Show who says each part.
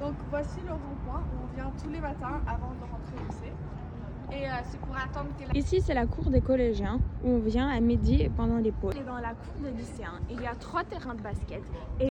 Speaker 1: Donc voici le rond-point où on vient tous les matins avant de rentrer au lycée. Et euh, c'est pour attendre que la...
Speaker 2: Ici, c'est la cour des collégiens où on vient à midi et pendant les pauses.
Speaker 3: On est dans la cour des lycéens. Il y a trois terrains de basket. Et